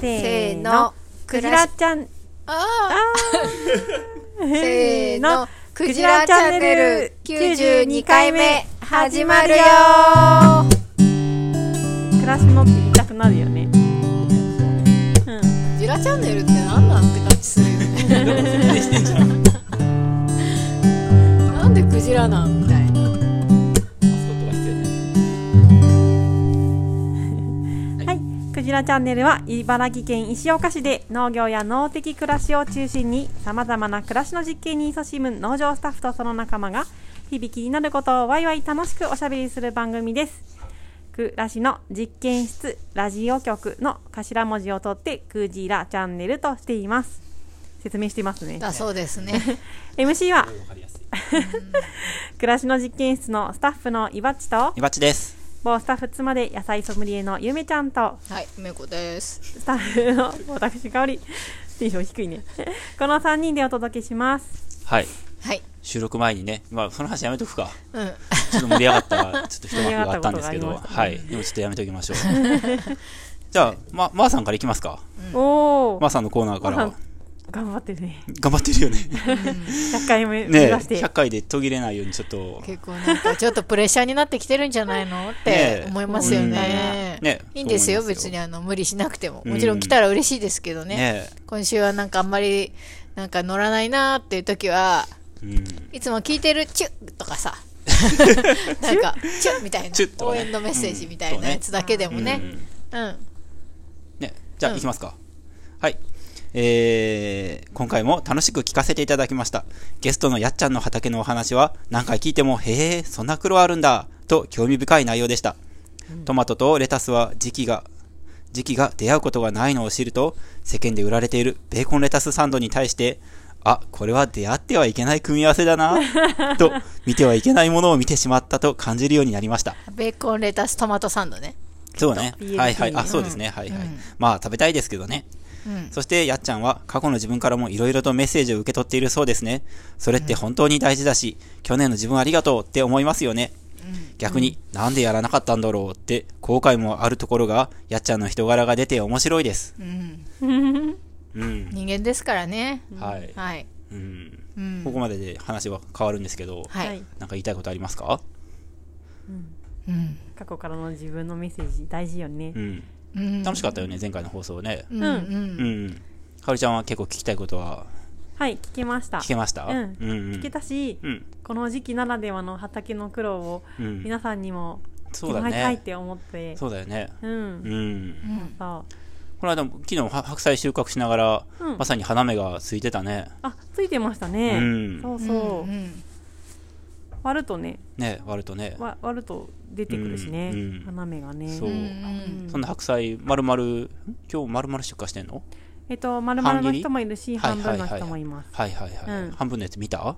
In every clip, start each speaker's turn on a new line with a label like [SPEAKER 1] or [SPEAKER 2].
[SPEAKER 1] せー
[SPEAKER 2] せー
[SPEAKER 1] の
[SPEAKER 2] の
[SPEAKER 1] クジラちゃんあ
[SPEAKER 2] あ
[SPEAKER 1] ー
[SPEAKER 2] ーせーのクジラチャンネル92回目始まる
[SPEAKER 1] ク
[SPEAKER 2] よ
[SPEAKER 1] ラスのって言いたくなるよねうん
[SPEAKER 2] クジラチャンネルって何なんって感じするよね なんでクジラなんみたいな
[SPEAKER 1] はい、クジラチャンネルは茨城県石岡市で農業や農的暮らしを中心にさまざまな暮らしの実験に勤しむ農場スタッフとその仲間が日々気になることをワイワイ楽しくおしゃべりする番組です暮らしの実験室ラジオ局の頭文字を取ってクジラチャンネルとしています説明していますね
[SPEAKER 2] だそうですね
[SPEAKER 1] MC は 暮らしの実験室のスタッフのいばっちと
[SPEAKER 3] イバッチです。
[SPEAKER 1] 某スタッフ妻で野菜ソムリエのゆめちゃんと
[SPEAKER 2] はいめこです
[SPEAKER 1] スタッフの私香りテンション低いね この3人でお届けします
[SPEAKER 3] はい。
[SPEAKER 2] はい
[SPEAKER 3] 収録前にね、まあ、その話やめとくか。
[SPEAKER 2] うん
[SPEAKER 3] ちょっと盛り上がった、ちょっと一幕があったんですけど、
[SPEAKER 1] 盛り上がったことがあ
[SPEAKER 3] はい。でもちょっとやめときましょう。 じゃあ、ま、まー、さんからいきますか。
[SPEAKER 1] おお、
[SPEAKER 3] まー、さんのコーナーから
[SPEAKER 1] ま
[SPEAKER 3] は
[SPEAKER 1] ー。頑張ってるね
[SPEAKER 3] 頑張ってるよね。
[SPEAKER 1] 100回目目
[SPEAKER 3] ねえ、
[SPEAKER 1] 指して、
[SPEAKER 3] 100回 で途切れないようにちょっと。
[SPEAKER 2] 結構なんかちょっとプレッシャーになってきてるんじゃないのっ
[SPEAKER 3] ね
[SPEAKER 2] て
[SPEAKER 3] え
[SPEAKER 2] 思いますよね
[SPEAKER 3] うんね
[SPEAKER 2] いいんですよ
[SPEAKER 3] そう思います
[SPEAKER 2] 別
[SPEAKER 3] よ
[SPEAKER 2] にあの無理しなくても
[SPEAKER 3] うん
[SPEAKER 2] もちろん来たら嬉しいですけどね
[SPEAKER 3] ね
[SPEAKER 2] 今週はなんかあんまりなんか乗らないなーっていう時は
[SPEAKER 3] え。うん。
[SPEAKER 2] いつも聞いてるチュッとかさなんかチュッみたいな
[SPEAKER 3] チュッとか
[SPEAKER 2] 応
[SPEAKER 3] ね
[SPEAKER 2] 援のメッセージみたいなやつだけでもね
[SPEAKER 3] うん
[SPEAKER 2] うん
[SPEAKER 3] ね、じゃあ、行きますか。はい。えー、今回も楽しく聞かせていただきました。ゲストのやっちゃんの畑のお話は、何回聞いても、へえ、そんな苦労あるんだ、と興味深い内容でした。トマトとレタスは時期が、時期が出会うことがないのを知ると、世間で売られているベーコンレタスサンドに対して、あ、これは出会ってはいけない組み合わせだ な、と、見てはいけないものを見てしまったと感じるようになりました。
[SPEAKER 2] ベーコンレタストマトサンドね
[SPEAKER 3] そうね。
[SPEAKER 1] BLT
[SPEAKER 3] はいはい。あ、そうですね。はいはい。まあ、食べたいですけどね。
[SPEAKER 2] うん
[SPEAKER 3] そして、やっちゃんは過去の自分からもいろいろとメッセージを受け取っているそうですね。それって本当に大事だし、去年の自分ありがとうって思いますよね。逆に、なんでやらなかったんだろうって後悔もあるところが、やっちゃんの人柄が出て面白いです。
[SPEAKER 2] うん
[SPEAKER 3] うん。
[SPEAKER 2] 人間ですからね
[SPEAKER 3] はい。
[SPEAKER 2] はい
[SPEAKER 3] うん。
[SPEAKER 2] うん
[SPEAKER 3] ここまでで話は変わるんですけど、
[SPEAKER 2] は
[SPEAKER 1] はいい
[SPEAKER 3] なんか言いたいことありますか
[SPEAKER 2] うん
[SPEAKER 1] 過去からの自分のメッセージ大事よね、
[SPEAKER 3] うん。
[SPEAKER 2] うん
[SPEAKER 3] 楽しかったよね、前回の放送ね。
[SPEAKER 2] うんうん
[SPEAKER 3] うん。かおりちゃんは結構聞きたいことは
[SPEAKER 1] はい聞けました
[SPEAKER 3] 聞けました
[SPEAKER 1] う
[SPEAKER 3] う
[SPEAKER 1] ん
[SPEAKER 3] んうん。
[SPEAKER 1] 聞けたし、
[SPEAKER 3] うん。
[SPEAKER 1] この時期ならではの畑の苦労を
[SPEAKER 3] うん
[SPEAKER 1] 皆さんにも
[SPEAKER 3] そう
[SPEAKER 1] 聞いて
[SPEAKER 3] だ
[SPEAKER 1] もらいたいっ
[SPEAKER 3] ね。
[SPEAKER 1] て思って
[SPEAKER 3] そうだよね。
[SPEAKER 1] う
[SPEAKER 3] うんん。
[SPEAKER 1] そう
[SPEAKER 3] この間も、昨日は白菜収穫しながら、
[SPEAKER 1] うん
[SPEAKER 3] まさに花芽がついてたね。
[SPEAKER 1] あついてましたね、
[SPEAKER 3] うん
[SPEAKER 1] そう
[SPEAKER 2] うん
[SPEAKER 1] そう、
[SPEAKER 2] うん
[SPEAKER 1] 割るとね
[SPEAKER 3] ね、割るとね。
[SPEAKER 1] わ割ると出てくるしね、
[SPEAKER 3] うんうん
[SPEAKER 1] 花芽がね
[SPEAKER 3] そう
[SPEAKER 2] うん
[SPEAKER 1] うん
[SPEAKER 3] そんな白菜、丸々、ん今日丸々出荷してんの
[SPEAKER 1] えっと、丸々の
[SPEAKER 3] 半切り
[SPEAKER 1] 人もいるし、
[SPEAKER 3] はい
[SPEAKER 1] 半分の人もいます。
[SPEAKER 3] はいはいはい。
[SPEAKER 1] うん
[SPEAKER 3] 半分のやつ見た
[SPEAKER 1] あ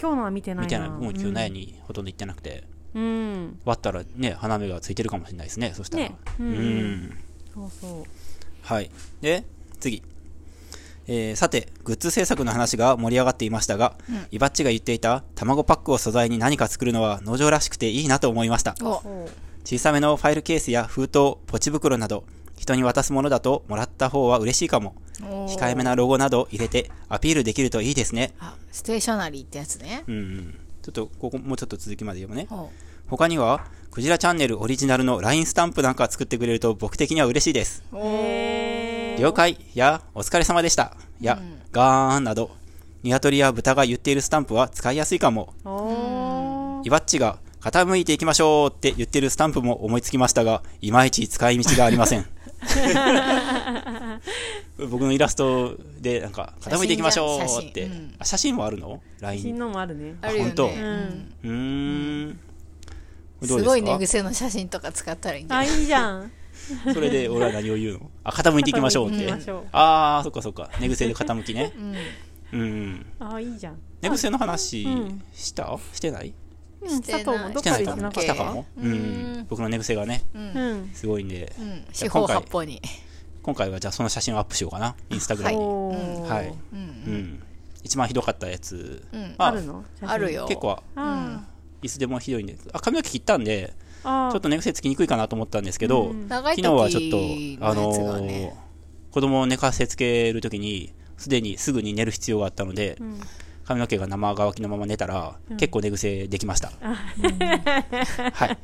[SPEAKER 1] 今日のは見てないな。
[SPEAKER 3] 見てない。もう今日
[SPEAKER 1] な
[SPEAKER 3] 苗
[SPEAKER 1] い
[SPEAKER 3] にほとんど行ってなくて。
[SPEAKER 1] うん。
[SPEAKER 3] 割ったらね、花芽がついてるかもしれないですね。そしたら。
[SPEAKER 1] ねうんそうそう。
[SPEAKER 3] はい。で、次。えーさて、グッズ制作の話が盛り上がっていましたが、イバッチが言っていた卵パックを素材に何か作るのは農場らしくていいなと思いました。
[SPEAKER 2] お
[SPEAKER 1] そう
[SPEAKER 3] 小さめのファイルケースや封筒、ポチ袋など、人に渡すものだともらった方は嬉しいかも。
[SPEAKER 2] おー
[SPEAKER 3] 控えめなロゴなど入れてアピールできるといいですね。
[SPEAKER 2] あステーショナリーってやつね
[SPEAKER 3] うんうん。ちょっと、ここもうちょっと続きまで読むね。
[SPEAKER 2] ほ
[SPEAKER 3] 他には、クジラチャンネルオリジナルの LINE スタンプなんか作ってくれると僕的には嬉しいです。
[SPEAKER 2] うおー
[SPEAKER 3] 了解や、お疲れ様でした。や、ガーンなど、ニワトリや豚が言っているスタンプは使いやすいかも。
[SPEAKER 1] おー
[SPEAKER 3] イバッチが、傾いていきましょうって言ってるスタンプも思いつきましたが、いまいち使い道がありません。僕のイラストで、なんか、傾いていきましょうって。写
[SPEAKER 2] 写真じゃん写真
[SPEAKER 3] 真あ写真もあるの
[SPEAKER 1] 写真
[SPEAKER 3] ?LINE。
[SPEAKER 1] のもあ るね。
[SPEAKER 2] あるよ
[SPEAKER 3] あ本当
[SPEAKER 2] ねうん
[SPEAKER 3] うーん。どうですすか
[SPEAKER 2] ごい寝癖の写真とか使ったらいいんじゃ
[SPEAKER 1] あ、
[SPEAKER 2] ない
[SPEAKER 1] いいじゃん。
[SPEAKER 3] それで俺は何を言うのあ、傾いていきましょうっ
[SPEAKER 1] 傾いてい
[SPEAKER 3] て
[SPEAKER 1] きましょう。
[SPEAKER 3] あー、そっかそっか。寝癖で傾きね。うん。
[SPEAKER 1] あ、いいじゃん。
[SPEAKER 3] 寝癖の話
[SPEAKER 1] うん
[SPEAKER 3] したしてない
[SPEAKER 1] うん、
[SPEAKER 2] し
[SPEAKER 1] 佐
[SPEAKER 2] て
[SPEAKER 1] 藤
[SPEAKER 2] な
[SPEAKER 1] も
[SPEAKER 2] い
[SPEAKER 1] どっ
[SPEAKER 3] して
[SPEAKER 1] か
[SPEAKER 3] な
[SPEAKER 1] で
[SPEAKER 3] い
[SPEAKER 1] し
[SPEAKER 3] か
[SPEAKER 1] なか
[SPEAKER 3] も
[SPEAKER 1] っ。
[SPEAKER 3] したたかもう
[SPEAKER 2] うん
[SPEAKER 3] ん。僕の寝癖がね、
[SPEAKER 1] うん。
[SPEAKER 3] すごいんで。
[SPEAKER 2] うん四方八方に
[SPEAKER 3] 今回はじゃあその写真をアップしようかな。インスタグラムに。
[SPEAKER 1] おー
[SPEAKER 3] はい。
[SPEAKER 2] う
[SPEAKER 3] うんん。一番ひどかったやつ。
[SPEAKER 2] うん
[SPEAKER 3] ま
[SPEAKER 1] あるの
[SPEAKER 2] ある。よ
[SPEAKER 3] 結構、
[SPEAKER 1] あ
[SPEAKER 3] いつでもひどいんで。あ、髪の毛切ったんで、
[SPEAKER 1] ーあー。
[SPEAKER 3] ちょっと寝癖つきにくいかなと思ったんですけど、
[SPEAKER 1] うん
[SPEAKER 2] 長
[SPEAKER 3] 昨
[SPEAKER 2] い
[SPEAKER 3] 日はちょ
[SPEAKER 2] 時
[SPEAKER 3] っと、あ
[SPEAKER 2] のやつが
[SPEAKER 3] の
[SPEAKER 2] ね
[SPEAKER 3] ー、子供を寝かせつけるときにすでにすぐに寝る必要があったので、
[SPEAKER 1] ん
[SPEAKER 3] 髪の毛が生乾きのまま寝たら、結構寝癖できました、はい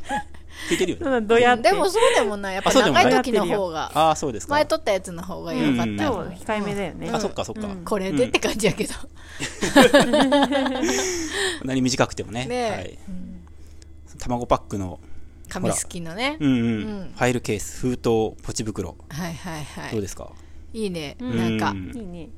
[SPEAKER 3] 聞いてるよね
[SPEAKER 1] うんどうやって
[SPEAKER 2] でもそうでもないやっぱ
[SPEAKER 3] あそうでもない
[SPEAKER 2] 長い時の方が
[SPEAKER 3] ああそうですか
[SPEAKER 2] 前撮ったやつの方が良かったよ
[SPEAKER 1] 今日控えめだよね、
[SPEAKER 3] あそっかそっか、
[SPEAKER 2] うんこれでって感じやけど
[SPEAKER 3] こんなに短くてもね
[SPEAKER 2] ねえ
[SPEAKER 3] はい、卵パックの
[SPEAKER 2] 紙すきのね
[SPEAKER 3] うんうん、
[SPEAKER 2] うん
[SPEAKER 3] ファイルケース封筒ポチ袋
[SPEAKER 2] はいはいは
[SPEAKER 3] どう
[SPEAKER 2] い
[SPEAKER 3] ですか、
[SPEAKER 2] いいね
[SPEAKER 3] う
[SPEAKER 2] なんか
[SPEAKER 1] いいね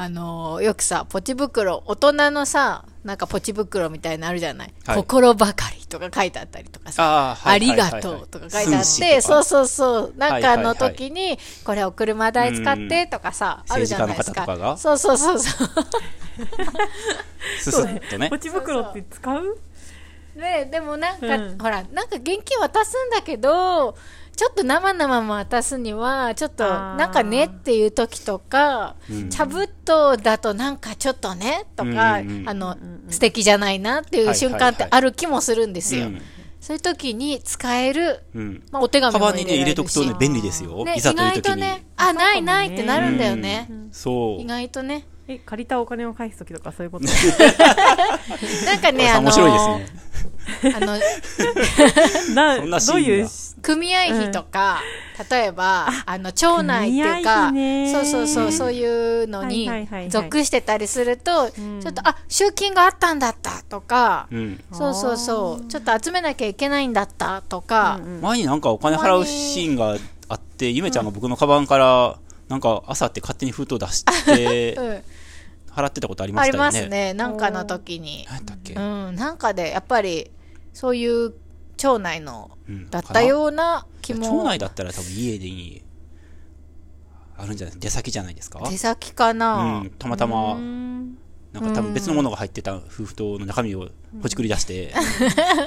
[SPEAKER 2] あのーよくさポチ袋大人のさなんかポチ袋みたいなのあるじゃない
[SPEAKER 3] はい
[SPEAKER 2] 心ばかりとか書いてあったりとかさ
[SPEAKER 3] ああ、
[SPEAKER 2] あ
[SPEAKER 3] はい
[SPEAKER 2] り
[SPEAKER 3] はいはい
[SPEAKER 2] が
[SPEAKER 3] はい
[SPEAKER 2] とうとか書いてあ
[SPEAKER 3] 寸
[SPEAKER 2] っ
[SPEAKER 3] 志と
[SPEAKER 2] て、
[SPEAKER 3] か
[SPEAKER 2] そうそうそう、な
[SPEAKER 3] は
[SPEAKER 2] ん
[SPEAKER 3] い
[SPEAKER 2] か
[SPEAKER 3] はい
[SPEAKER 2] あの時に、これお車代使ってとかさ、
[SPEAKER 3] うん
[SPEAKER 2] あるじゃないです
[SPEAKER 3] 政治家の方とか
[SPEAKER 2] か。
[SPEAKER 3] が
[SPEAKER 2] そうそうそうそう。
[SPEAKER 3] すすっとね
[SPEAKER 1] ポ。チ袋って使う
[SPEAKER 2] で、でもなんか、
[SPEAKER 1] うん
[SPEAKER 2] ほら、なんか現金渡すんだけど、ちょっと生々も渡すには、ちょっと
[SPEAKER 1] あー
[SPEAKER 2] なんかねっていう時とか、
[SPEAKER 3] うん
[SPEAKER 2] 茶ぶっとだとなんかちょっとねとか、
[SPEAKER 3] うんうんうん
[SPEAKER 2] あの、素敵じゃないなっていう瞬間ってある気もするんですよ。
[SPEAKER 3] うん
[SPEAKER 2] そういう時に使える、
[SPEAKER 3] うん。
[SPEAKER 2] まあ、お手紙
[SPEAKER 3] カ
[SPEAKER 2] も
[SPEAKER 3] バン
[SPEAKER 2] 入れ
[SPEAKER 3] に
[SPEAKER 2] ら
[SPEAKER 3] ね入
[SPEAKER 2] れる
[SPEAKER 3] れと
[SPEAKER 2] し
[SPEAKER 3] くとね便利ですよ。
[SPEAKER 2] ね、
[SPEAKER 3] いざという
[SPEAKER 2] 意
[SPEAKER 3] 時
[SPEAKER 2] 外と
[SPEAKER 3] に。
[SPEAKER 2] ね、あ、ない
[SPEAKER 1] ね
[SPEAKER 2] ないってなるんだよね
[SPEAKER 3] う。んそう
[SPEAKER 2] 意。外とね。
[SPEAKER 1] え借りたお金を返す時とかそういうこ と
[SPEAKER 2] なんか
[SPEAKER 3] これ
[SPEAKER 2] ね、
[SPEAKER 3] さ
[SPEAKER 2] あの
[SPEAKER 3] 面白いですね。
[SPEAKER 2] あの、
[SPEAKER 1] な
[SPEAKER 3] そんなシーン
[SPEAKER 1] どう
[SPEAKER 3] が
[SPEAKER 1] いう
[SPEAKER 2] 組合費とか、例えば、あの、町内っていう
[SPEAKER 1] 組合
[SPEAKER 2] か、
[SPEAKER 1] 費ね
[SPEAKER 2] そうそうそう、そういうのに
[SPEAKER 1] はいはいはいはい
[SPEAKER 2] 属してたりする
[SPEAKER 1] ん
[SPEAKER 2] と、ちょっと、あ、集金があったんだったとか、
[SPEAKER 3] うん。
[SPEAKER 2] そうそうそう、ちょっと集めなきゃいけないんだったとか、
[SPEAKER 3] 前になんかお金払うシーンがあって、ゆめちゃんが僕のカバンから、なんか朝って勝手に封筒出して
[SPEAKER 2] う、ん、
[SPEAKER 3] 払ってたことありま
[SPEAKER 2] あ
[SPEAKER 3] し
[SPEAKER 2] り
[SPEAKER 3] たよ
[SPEAKER 2] ま
[SPEAKER 3] ね。
[SPEAKER 2] す。ね、なんかの時に。
[SPEAKER 3] 何やったっけ
[SPEAKER 2] うん、なんかで、やっぱり、そういう町内の
[SPEAKER 3] うん
[SPEAKER 2] だったような気も。
[SPEAKER 3] 町内だったら多分家に、あるんじゃない出先じゃないですか
[SPEAKER 2] 手先かな、
[SPEAKER 3] うん、たまたま、
[SPEAKER 1] ん
[SPEAKER 3] なんか多分別のものが入ってた封筒の中身をほじくり出して、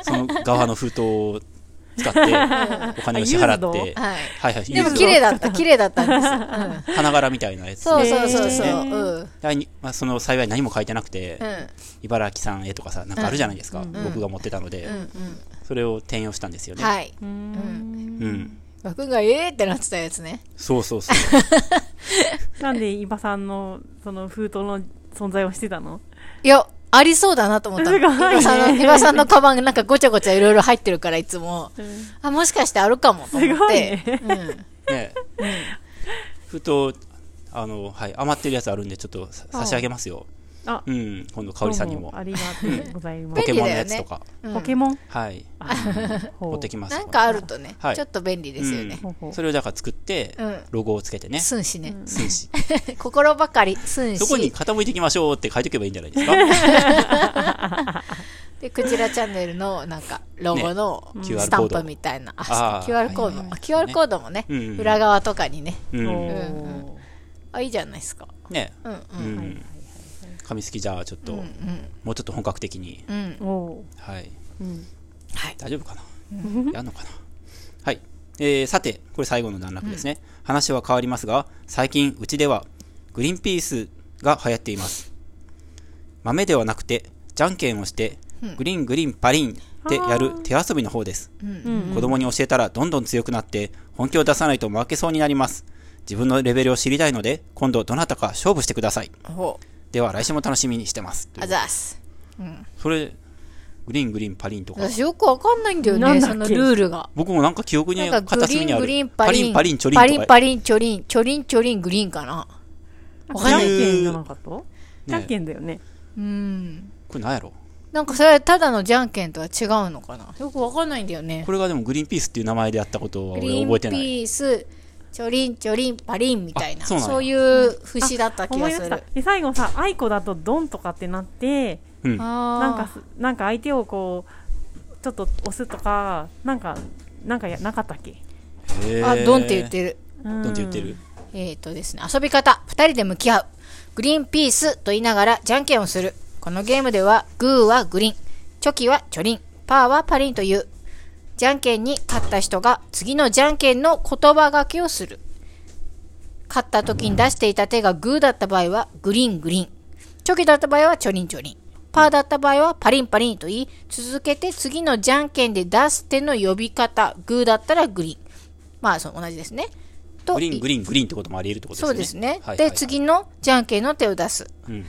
[SPEAKER 3] その側の封筒を使って、お金を支払
[SPEAKER 1] あ
[SPEAKER 3] っ
[SPEAKER 1] ユー
[SPEAKER 3] て、
[SPEAKER 1] ズ
[SPEAKER 2] はい
[SPEAKER 3] はいはい、
[SPEAKER 2] で
[SPEAKER 3] ユ
[SPEAKER 2] も
[SPEAKER 3] ーズ
[SPEAKER 2] 綺麗だ った綺麗だったんです、
[SPEAKER 3] 花柄みたいなやつ。
[SPEAKER 2] うん、そうそうそうそう、
[SPEAKER 1] へ
[SPEAKER 2] う
[SPEAKER 1] ー
[SPEAKER 2] んうん
[SPEAKER 3] であいにまあ、その幸い何も書いてなくて、茨城さんへとかさ、なんかあるじゃないですか、僕が持ってたので、
[SPEAKER 2] うん
[SPEAKER 3] それを転用したんですよ
[SPEAKER 2] うん
[SPEAKER 3] ね。
[SPEAKER 2] はい
[SPEAKER 1] うん
[SPEAKER 3] うん。
[SPEAKER 2] 僕が「えー!」ってなってたやつね
[SPEAKER 3] そうそうそう。
[SPEAKER 1] なんで伊庭さんのその封筒の存在をしてたの
[SPEAKER 2] いやありそうだなと思ったの
[SPEAKER 1] すごいね
[SPEAKER 2] 岩さんの岩さんのカバンがなんかごちゃごちゃいろいろ入ってるからいつも、あもしかしてあるかもと思って
[SPEAKER 1] すごいね
[SPEAKER 2] うん
[SPEAKER 3] ね封筒、あの、はい、余ってるやつあるんで、ちょっとさ差し上げますよ。
[SPEAKER 1] あ
[SPEAKER 3] うん、今度、香織さんに
[SPEAKER 1] どう
[SPEAKER 3] も。
[SPEAKER 1] ありがとうございま
[SPEAKER 3] ポ
[SPEAKER 1] す
[SPEAKER 3] ケモンのやつとか。
[SPEAKER 2] うん
[SPEAKER 1] ポケモン
[SPEAKER 3] はい。持ってきます。
[SPEAKER 2] なんかあるとね、
[SPEAKER 3] はい
[SPEAKER 2] ちょっと便利ですよね、
[SPEAKER 1] ほうほう
[SPEAKER 3] それをだから作って、
[SPEAKER 2] うん
[SPEAKER 3] ロゴをつけてね、
[SPEAKER 2] 寸志ね、
[SPEAKER 3] 寸志。
[SPEAKER 2] 心ばかり寸
[SPEAKER 3] そこに
[SPEAKER 2] 志
[SPEAKER 3] 傾いていきましょうって書いておけばいいんじゃないですか。
[SPEAKER 2] でクジラチャンネルのなんかロゴの
[SPEAKER 3] ね QR
[SPEAKER 2] スタンプみたいな、あ
[SPEAKER 3] あー
[SPEAKER 2] QR コード、
[SPEAKER 3] はいはいはい
[SPEAKER 2] QR コードもね、
[SPEAKER 3] うんうん
[SPEAKER 2] 裏側とかにね
[SPEAKER 3] うん
[SPEAKER 1] おー
[SPEAKER 2] あいいじゃないですか
[SPEAKER 3] ね。
[SPEAKER 2] うんう
[SPEAKER 3] う
[SPEAKER 2] ん
[SPEAKER 1] はいはい
[SPEAKER 3] ん。紙すきじゃあちょっと、もうちょっと本格的に。
[SPEAKER 2] うん
[SPEAKER 1] お
[SPEAKER 3] はい。
[SPEAKER 1] ーうん
[SPEAKER 2] はい
[SPEAKER 3] 大丈夫かなやんのかなはい。えーさて、これ最後の段落ですね。話は変わりますが、最近うちでは、グリーンピースが流行っています。豆ではなくて、じゃんけんをして、グリーングリーンパリンってやる手遊びの方です。子供に教えたらどんどん強くなって、本気を出さないと負けそうになります。自分のレベルを知りたいので、今度どなたか勝負してください。
[SPEAKER 2] ほう
[SPEAKER 3] では来週も楽しみにしてます。
[SPEAKER 2] あざーす
[SPEAKER 3] それ、グリーングリーンパリンとか。
[SPEAKER 2] 私よくわかんないんだよ
[SPEAKER 1] なん
[SPEAKER 2] ね
[SPEAKER 1] だっ
[SPEAKER 2] そ
[SPEAKER 1] け
[SPEAKER 2] のルールが
[SPEAKER 3] 僕もなんか記憶に
[SPEAKER 2] なんかグ
[SPEAKER 3] 片
[SPEAKER 2] リ
[SPEAKER 3] 隅に
[SPEAKER 2] ーン
[SPEAKER 3] ある。
[SPEAKER 2] グリーンパリン
[SPEAKER 3] パリンチョリン
[SPEAKER 2] パリン
[SPEAKER 3] とか
[SPEAKER 2] パリンチョリンチョリンチョリングリーンかなわかん
[SPEAKER 1] じゃ
[SPEAKER 2] なんい
[SPEAKER 1] けんじゃなかったじゃんけんだよね
[SPEAKER 2] うん
[SPEAKER 3] これなんやろ
[SPEAKER 2] なんかそれはただのじゃんけんとは違うのかなよくわかんないんだよね
[SPEAKER 3] これがでもグリーンピースっていう名前でやったことは
[SPEAKER 2] グ
[SPEAKER 3] 俺
[SPEAKER 2] リ
[SPEAKER 3] 覚え
[SPEAKER 2] ー
[SPEAKER 3] て
[SPEAKER 2] ン
[SPEAKER 3] ない。
[SPEAKER 2] ピースチョリンチョリンパリンみたいな
[SPEAKER 3] あ
[SPEAKER 2] そ
[SPEAKER 3] そううなんや
[SPEAKER 2] いう節だった気
[SPEAKER 1] 思
[SPEAKER 2] が
[SPEAKER 1] い
[SPEAKER 2] す
[SPEAKER 1] 出し
[SPEAKER 2] る、
[SPEAKER 1] たで最後さ「あいこ」だと「ドン」とかってなって
[SPEAKER 3] うん。
[SPEAKER 2] な
[SPEAKER 1] なんかすなんか相手をこうちょっと押すとかなんかなんかやなかったっけ
[SPEAKER 3] へー
[SPEAKER 2] あドンって言っ。てる
[SPEAKER 3] ドンって言ってる。
[SPEAKER 2] えーとですね、遊び方、2人で向き合う。グリーンピースと言いながらじゃんけんをする。このゲームでは、グーはグリーン、チョキはチョリン、パーはパリンという。じゃんけんに勝った人が次のじゃんけんの言葉がけをする。勝った時に出していた手がグーだった場合は、グリーングリーン。チョキだった場合は、チョリンチョリン。パーだった場合は、パリンパリンと言い、続けて次のじゃんけんで出す手の呼び方、グーだったらグリーン。まあ、その同じですね。と
[SPEAKER 3] グリーン、グリーン、グリーンってこともあり得るってことですね。
[SPEAKER 2] そうですね。
[SPEAKER 3] はい
[SPEAKER 2] で、、次のじゃんけんの手を出す。
[SPEAKER 3] はいうん。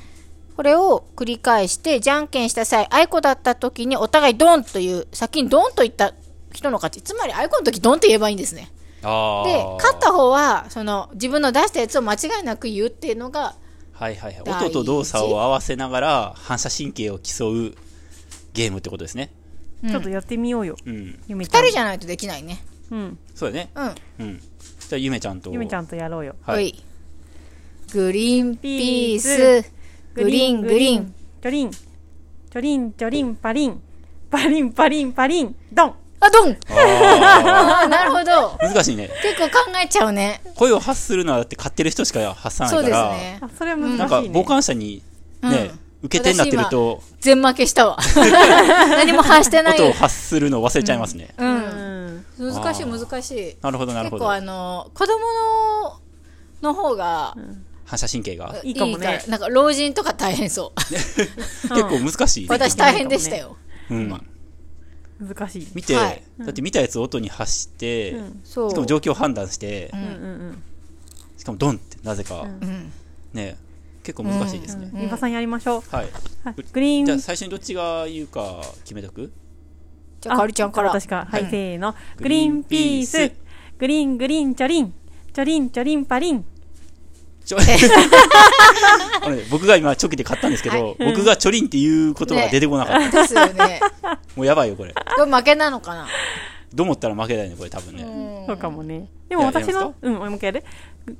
[SPEAKER 2] これを繰り返して、じゃんけんした際、あいこだった時にお互いドンという、先にドンと言った人の勝ち。つまり、あいこの時ドンって言えばいいんですね。
[SPEAKER 3] ああ。
[SPEAKER 2] で、勝った方は、その、自分の出したやつを間違いなく言うっていうのが、
[SPEAKER 3] はいはいはい。
[SPEAKER 2] 第一
[SPEAKER 3] 音と動作を合わせながら反射神経を競うゲームってことですね。
[SPEAKER 2] うん
[SPEAKER 1] ちょっとやってみようよ。
[SPEAKER 3] うん。
[SPEAKER 1] ゆめちゃ
[SPEAKER 2] 二
[SPEAKER 1] ん。
[SPEAKER 2] 人じゃないとできないね。
[SPEAKER 1] うん。
[SPEAKER 3] そうだね。
[SPEAKER 2] うん。
[SPEAKER 3] うん。じゃあ、ゆめちゃんと。
[SPEAKER 1] ゆめちゃんとやろうよ。
[SPEAKER 3] は。
[SPEAKER 2] はいい。グリーンピー
[SPEAKER 1] ピー
[SPEAKER 2] ス、グリーン、グリーン。。
[SPEAKER 1] ちょりん。ちょりん、ちょりん、パリン。パリン、パリン、パリン。ドン
[SPEAKER 2] あ、ドン
[SPEAKER 3] あ
[SPEAKER 2] あー、 なるほど。
[SPEAKER 3] ー難しいね。
[SPEAKER 2] 結構考えちゃうね。
[SPEAKER 3] 声を発するのはだって買ってる人しか発さない
[SPEAKER 2] そう
[SPEAKER 3] か
[SPEAKER 2] です
[SPEAKER 3] ら、
[SPEAKER 2] ね。
[SPEAKER 1] あ、それは難しい、ね。
[SPEAKER 3] なんか傍観者にね、受け手になってると、
[SPEAKER 2] 全負けしたわ。 何も発してない。
[SPEAKER 3] 音を発するのを忘れちゃいますね。
[SPEAKER 2] う。
[SPEAKER 1] うんん。
[SPEAKER 2] 難しい、
[SPEAKER 3] あー
[SPEAKER 2] 難しい。
[SPEAKER 3] なるほど、なる
[SPEAKER 2] 結
[SPEAKER 3] ほ
[SPEAKER 2] 構
[SPEAKER 3] ど
[SPEAKER 2] あ。の、子供の、の方が、
[SPEAKER 3] 反射神経が。
[SPEAKER 1] いいかもね
[SPEAKER 2] らなんか老人とか大変そう。
[SPEAKER 3] 結構難しいね。
[SPEAKER 2] 私大変でしたよ。
[SPEAKER 3] うん。
[SPEAKER 1] 難しい。
[SPEAKER 3] 見て、
[SPEAKER 2] はい
[SPEAKER 3] だって見たやつを音に発して、
[SPEAKER 1] うん。
[SPEAKER 2] そう。
[SPEAKER 3] しかも状況を判断して、
[SPEAKER 1] うんうん
[SPEAKER 3] しかもドンってなぜか、
[SPEAKER 1] ん
[SPEAKER 2] うん。
[SPEAKER 3] ね結構難しいですね、
[SPEAKER 1] うん。ゆばさんやりましょう。
[SPEAKER 3] はい
[SPEAKER 1] あグリ
[SPEAKER 3] じゃ
[SPEAKER 1] ー
[SPEAKER 3] あ
[SPEAKER 1] ン。
[SPEAKER 3] 最初にどっちが言うか決めとく
[SPEAKER 2] じゃあ、かおりちゃんから。
[SPEAKER 1] 私か。はい、
[SPEAKER 2] うん
[SPEAKER 1] せーの。
[SPEAKER 3] グ
[SPEAKER 1] グ
[SPEAKER 3] リ
[SPEAKER 1] リ
[SPEAKER 3] ー
[SPEAKER 1] ー
[SPEAKER 3] ン
[SPEAKER 1] ン
[SPEAKER 3] ピ
[SPEAKER 1] ピ
[SPEAKER 3] ー
[SPEAKER 1] ー
[SPEAKER 3] ス
[SPEAKER 1] ス。グリーン、グリーン、ちょりん。ちょりん、ちょりん、パリン。
[SPEAKER 3] ちょ あのね僕が今チョキで買ったんですけど、僕がチョリンっていう言葉が出てこなかった、
[SPEAKER 2] ですよ ね。
[SPEAKER 3] もうやばいよこれ
[SPEAKER 2] でも負けなのかな。
[SPEAKER 3] どう思ったら負けだよねこれ多分ね、
[SPEAKER 1] そうかもね。でも
[SPEAKER 3] いや
[SPEAKER 1] 私
[SPEAKER 3] やりま
[SPEAKER 1] の、うん、もう一回やる。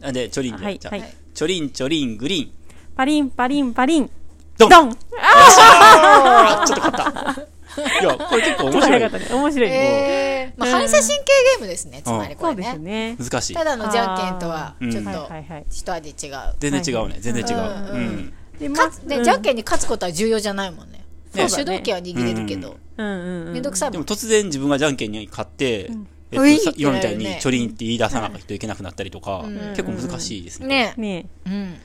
[SPEAKER 3] なんでチョリンで、
[SPEAKER 1] はい
[SPEAKER 3] じゃあ、
[SPEAKER 1] はい
[SPEAKER 3] チョリンチョリングリーン
[SPEAKER 1] パリン、パリン、パリン。
[SPEAKER 3] ドン
[SPEAKER 1] ドン
[SPEAKER 3] あーちょっと勝ったいやこれ結構面白い、
[SPEAKER 1] かったね。面白いね。
[SPEAKER 2] えーまあ、
[SPEAKER 1] うん
[SPEAKER 2] 反射神経ゲームですね、つまりこ
[SPEAKER 1] そ
[SPEAKER 2] れ
[SPEAKER 1] うです
[SPEAKER 2] ね。
[SPEAKER 1] ね。
[SPEAKER 3] 難しい
[SPEAKER 2] ただのじゃんけんとは
[SPEAKER 1] あ、
[SPEAKER 3] ー
[SPEAKER 2] ちょっ
[SPEAKER 3] うん
[SPEAKER 1] は
[SPEAKER 2] と
[SPEAKER 1] いはいはい、
[SPEAKER 2] 一味違う。
[SPEAKER 3] 全然違うね全然違う
[SPEAKER 2] う
[SPEAKER 3] うんん、
[SPEAKER 1] で、
[SPEAKER 2] 勝
[SPEAKER 1] ま
[SPEAKER 2] つ
[SPEAKER 1] ず
[SPEAKER 2] ね、じゃんけんに勝つことは重要じゃないもんね。
[SPEAKER 3] ね
[SPEAKER 2] 主導権は握れるけど、
[SPEAKER 1] うんうんうん。
[SPEAKER 2] めんどくさい
[SPEAKER 3] で
[SPEAKER 2] もん
[SPEAKER 3] も。突然自分がじゃんけんに勝って、えっ
[SPEAKER 2] うい
[SPEAKER 3] と、さ
[SPEAKER 2] って
[SPEAKER 3] 今みたい
[SPEAKER 2] なる
[SPEAKER 3] に
[SPEAKER 2] ね
[SPEAKER 3] チョリンって言い出さなきゃいけなくなったりとか、結構難しいですね。
[SPEAKER 2] ね
[SPEAKER 1] ね
[SPEAKER 2] うんうん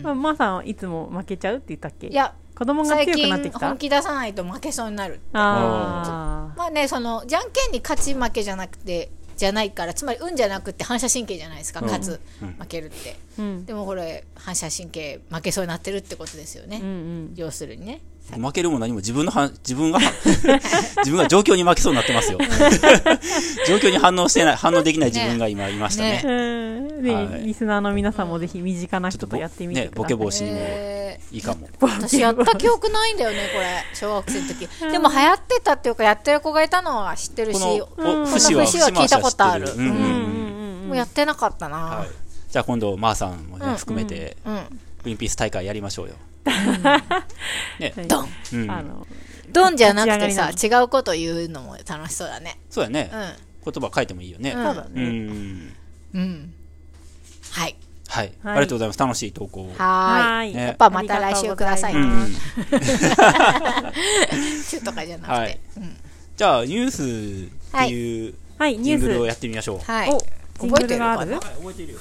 [SPEAKER 1] え、まあ、まーさんはいつも負けちゃうって言ったっけ
[SPEAKER 2] うん。い、や、
[SPEAKER 1] 子供が
[SPEAKER 2] 最
[SPEAKER 1] 強くなって
[SPEAKER 2] 近
[SPEAKER 1] きた
[SPEAKER 2] 本気出さないと負けそうになる。
[SPEAKER 1] あ
[SPEAKER 2] まあね、その、じゃんけんに勝ち負けじゃなくて、じゃないから、つまり運じゃなくて反射神経じゃないですか、
[SPEAKER 3] うん
[SPEAKER 2] 勝つ、
[SPEAKER 3] うん
[SPEAKER 2] 負けるって。
[SPEAKER 1] あ。うん。
[SPEAKER 2] でもこれ、反射神経負けそうになってるってことですよね。
[SPEAKER 1] うんうん。
[SPEAKER 2] 要するにね。
[SPEAKER 3] 負けるも何も自分のは自分が 自分が状況に負けそうになってます よ。状況に反応してない反応できない自分が今いましたね。
[SPEAKER 2] ね
[SPEAKER 1] うーんね、
[SPEAKER 3] はい
[SPEAKER 1] リスナーの皆さんもぜひ身近な人とやってみて
[SPEAKER 3] ね
[SPEAKER 1] くだ
[SPEAKER 3] ボ
[SPEAKER 1] さ
[SPEAKER 3] ケ
[SPEAKER 1] い。
[SPEAKER 3] 防止にも
[SPEAKER 2] え
[SPEAKER 3] いいかも。
[SPEAKER 1] ボケ
[SPEAKER 2] 私やった記憶ないんだよね、これ。小学生の時。でも流行ってたっていうか、やってる子がいたのは知ってるし、
[SPEAKER 3] こ
[SPEAKER 2] も
[SPEAKER 3] のお
[SPEAKER 1] ん
[SPEAKER 3] 節は
[SPEAKER 2] この節は聞いたことある
[SPEAKER 3] 節回しは知ってうう
[SPEAKER 1] うんうん
[SPEAKER 3] ん
[SPEAKER 1] んうん。
[SPEAKER 2] うやってなかったな。
[SPEAKER 3] はい。じゃあ今度まーさんもね
[SPEAKER 2] うん
[SPEAKER 3] 含めて
[SPEAKER 2] うん。
[SPEAKER 3] グリーンピース大会やりましょうよ。ね、
[SPEAKER 1] はい
[SPEAKER 2] ドン
[SPEAKER 3] うん、
[SPEAKER 1] あの、
[SPEAKER 2] ドンじゃなくてさ、
[SPEAKER 1] 立
[SPEAKER 2] 違うこと言うのも楽しそうだね。
[SPEAKER 3] そうだね、
[SPEAKER 2] う
[SPEAKER 3] 言葉書いてもいいよね。
[SPEAKER 1] そうだ
[SPEAKER 3] う
[SPEAKER 1] ね。
[SPEAKER 3] ん。
[SPEAKER 2] ん。うん。はい。
[SPEAKER 3] はい、ありがとうございます。楽しい投稿を。
[SPEAKER 2] はーい。
[SPEAKER 1] ー
[SPEAKER 3] ね
[SPEAKER 2] やっぱまた来週ください
[SPEAKER 1] ありがとうござ
[SPEAKER 2] ね
[SPEAKER 1] ま。す
[SPEAKER 2] 週とかじゃな
[SPEAKER 3] は
[SPEAKER 2] く
[SPEAKER 3] い
[SPEAKER 2] て。うん。
[SPEAKER 3] じゃあ、ニュースっていう
[SPEAKER 1] はい、ニ
[SPEAKER 3] ジ
[SPEAKER 1] ュ
[SPEAKER 3] ングルを
[SPEAKER 1] ー
[SPEAKER 3] やってみましょう。
[SPEAKER 2] はい。
[SPEAKER 1] ス。お、ジングルがあ
[SPEAKER 2] 覚えて
[SPEAKER 1] る
[SPEAKER 2] る
[SPEAKER 3] はい、覚えているよ。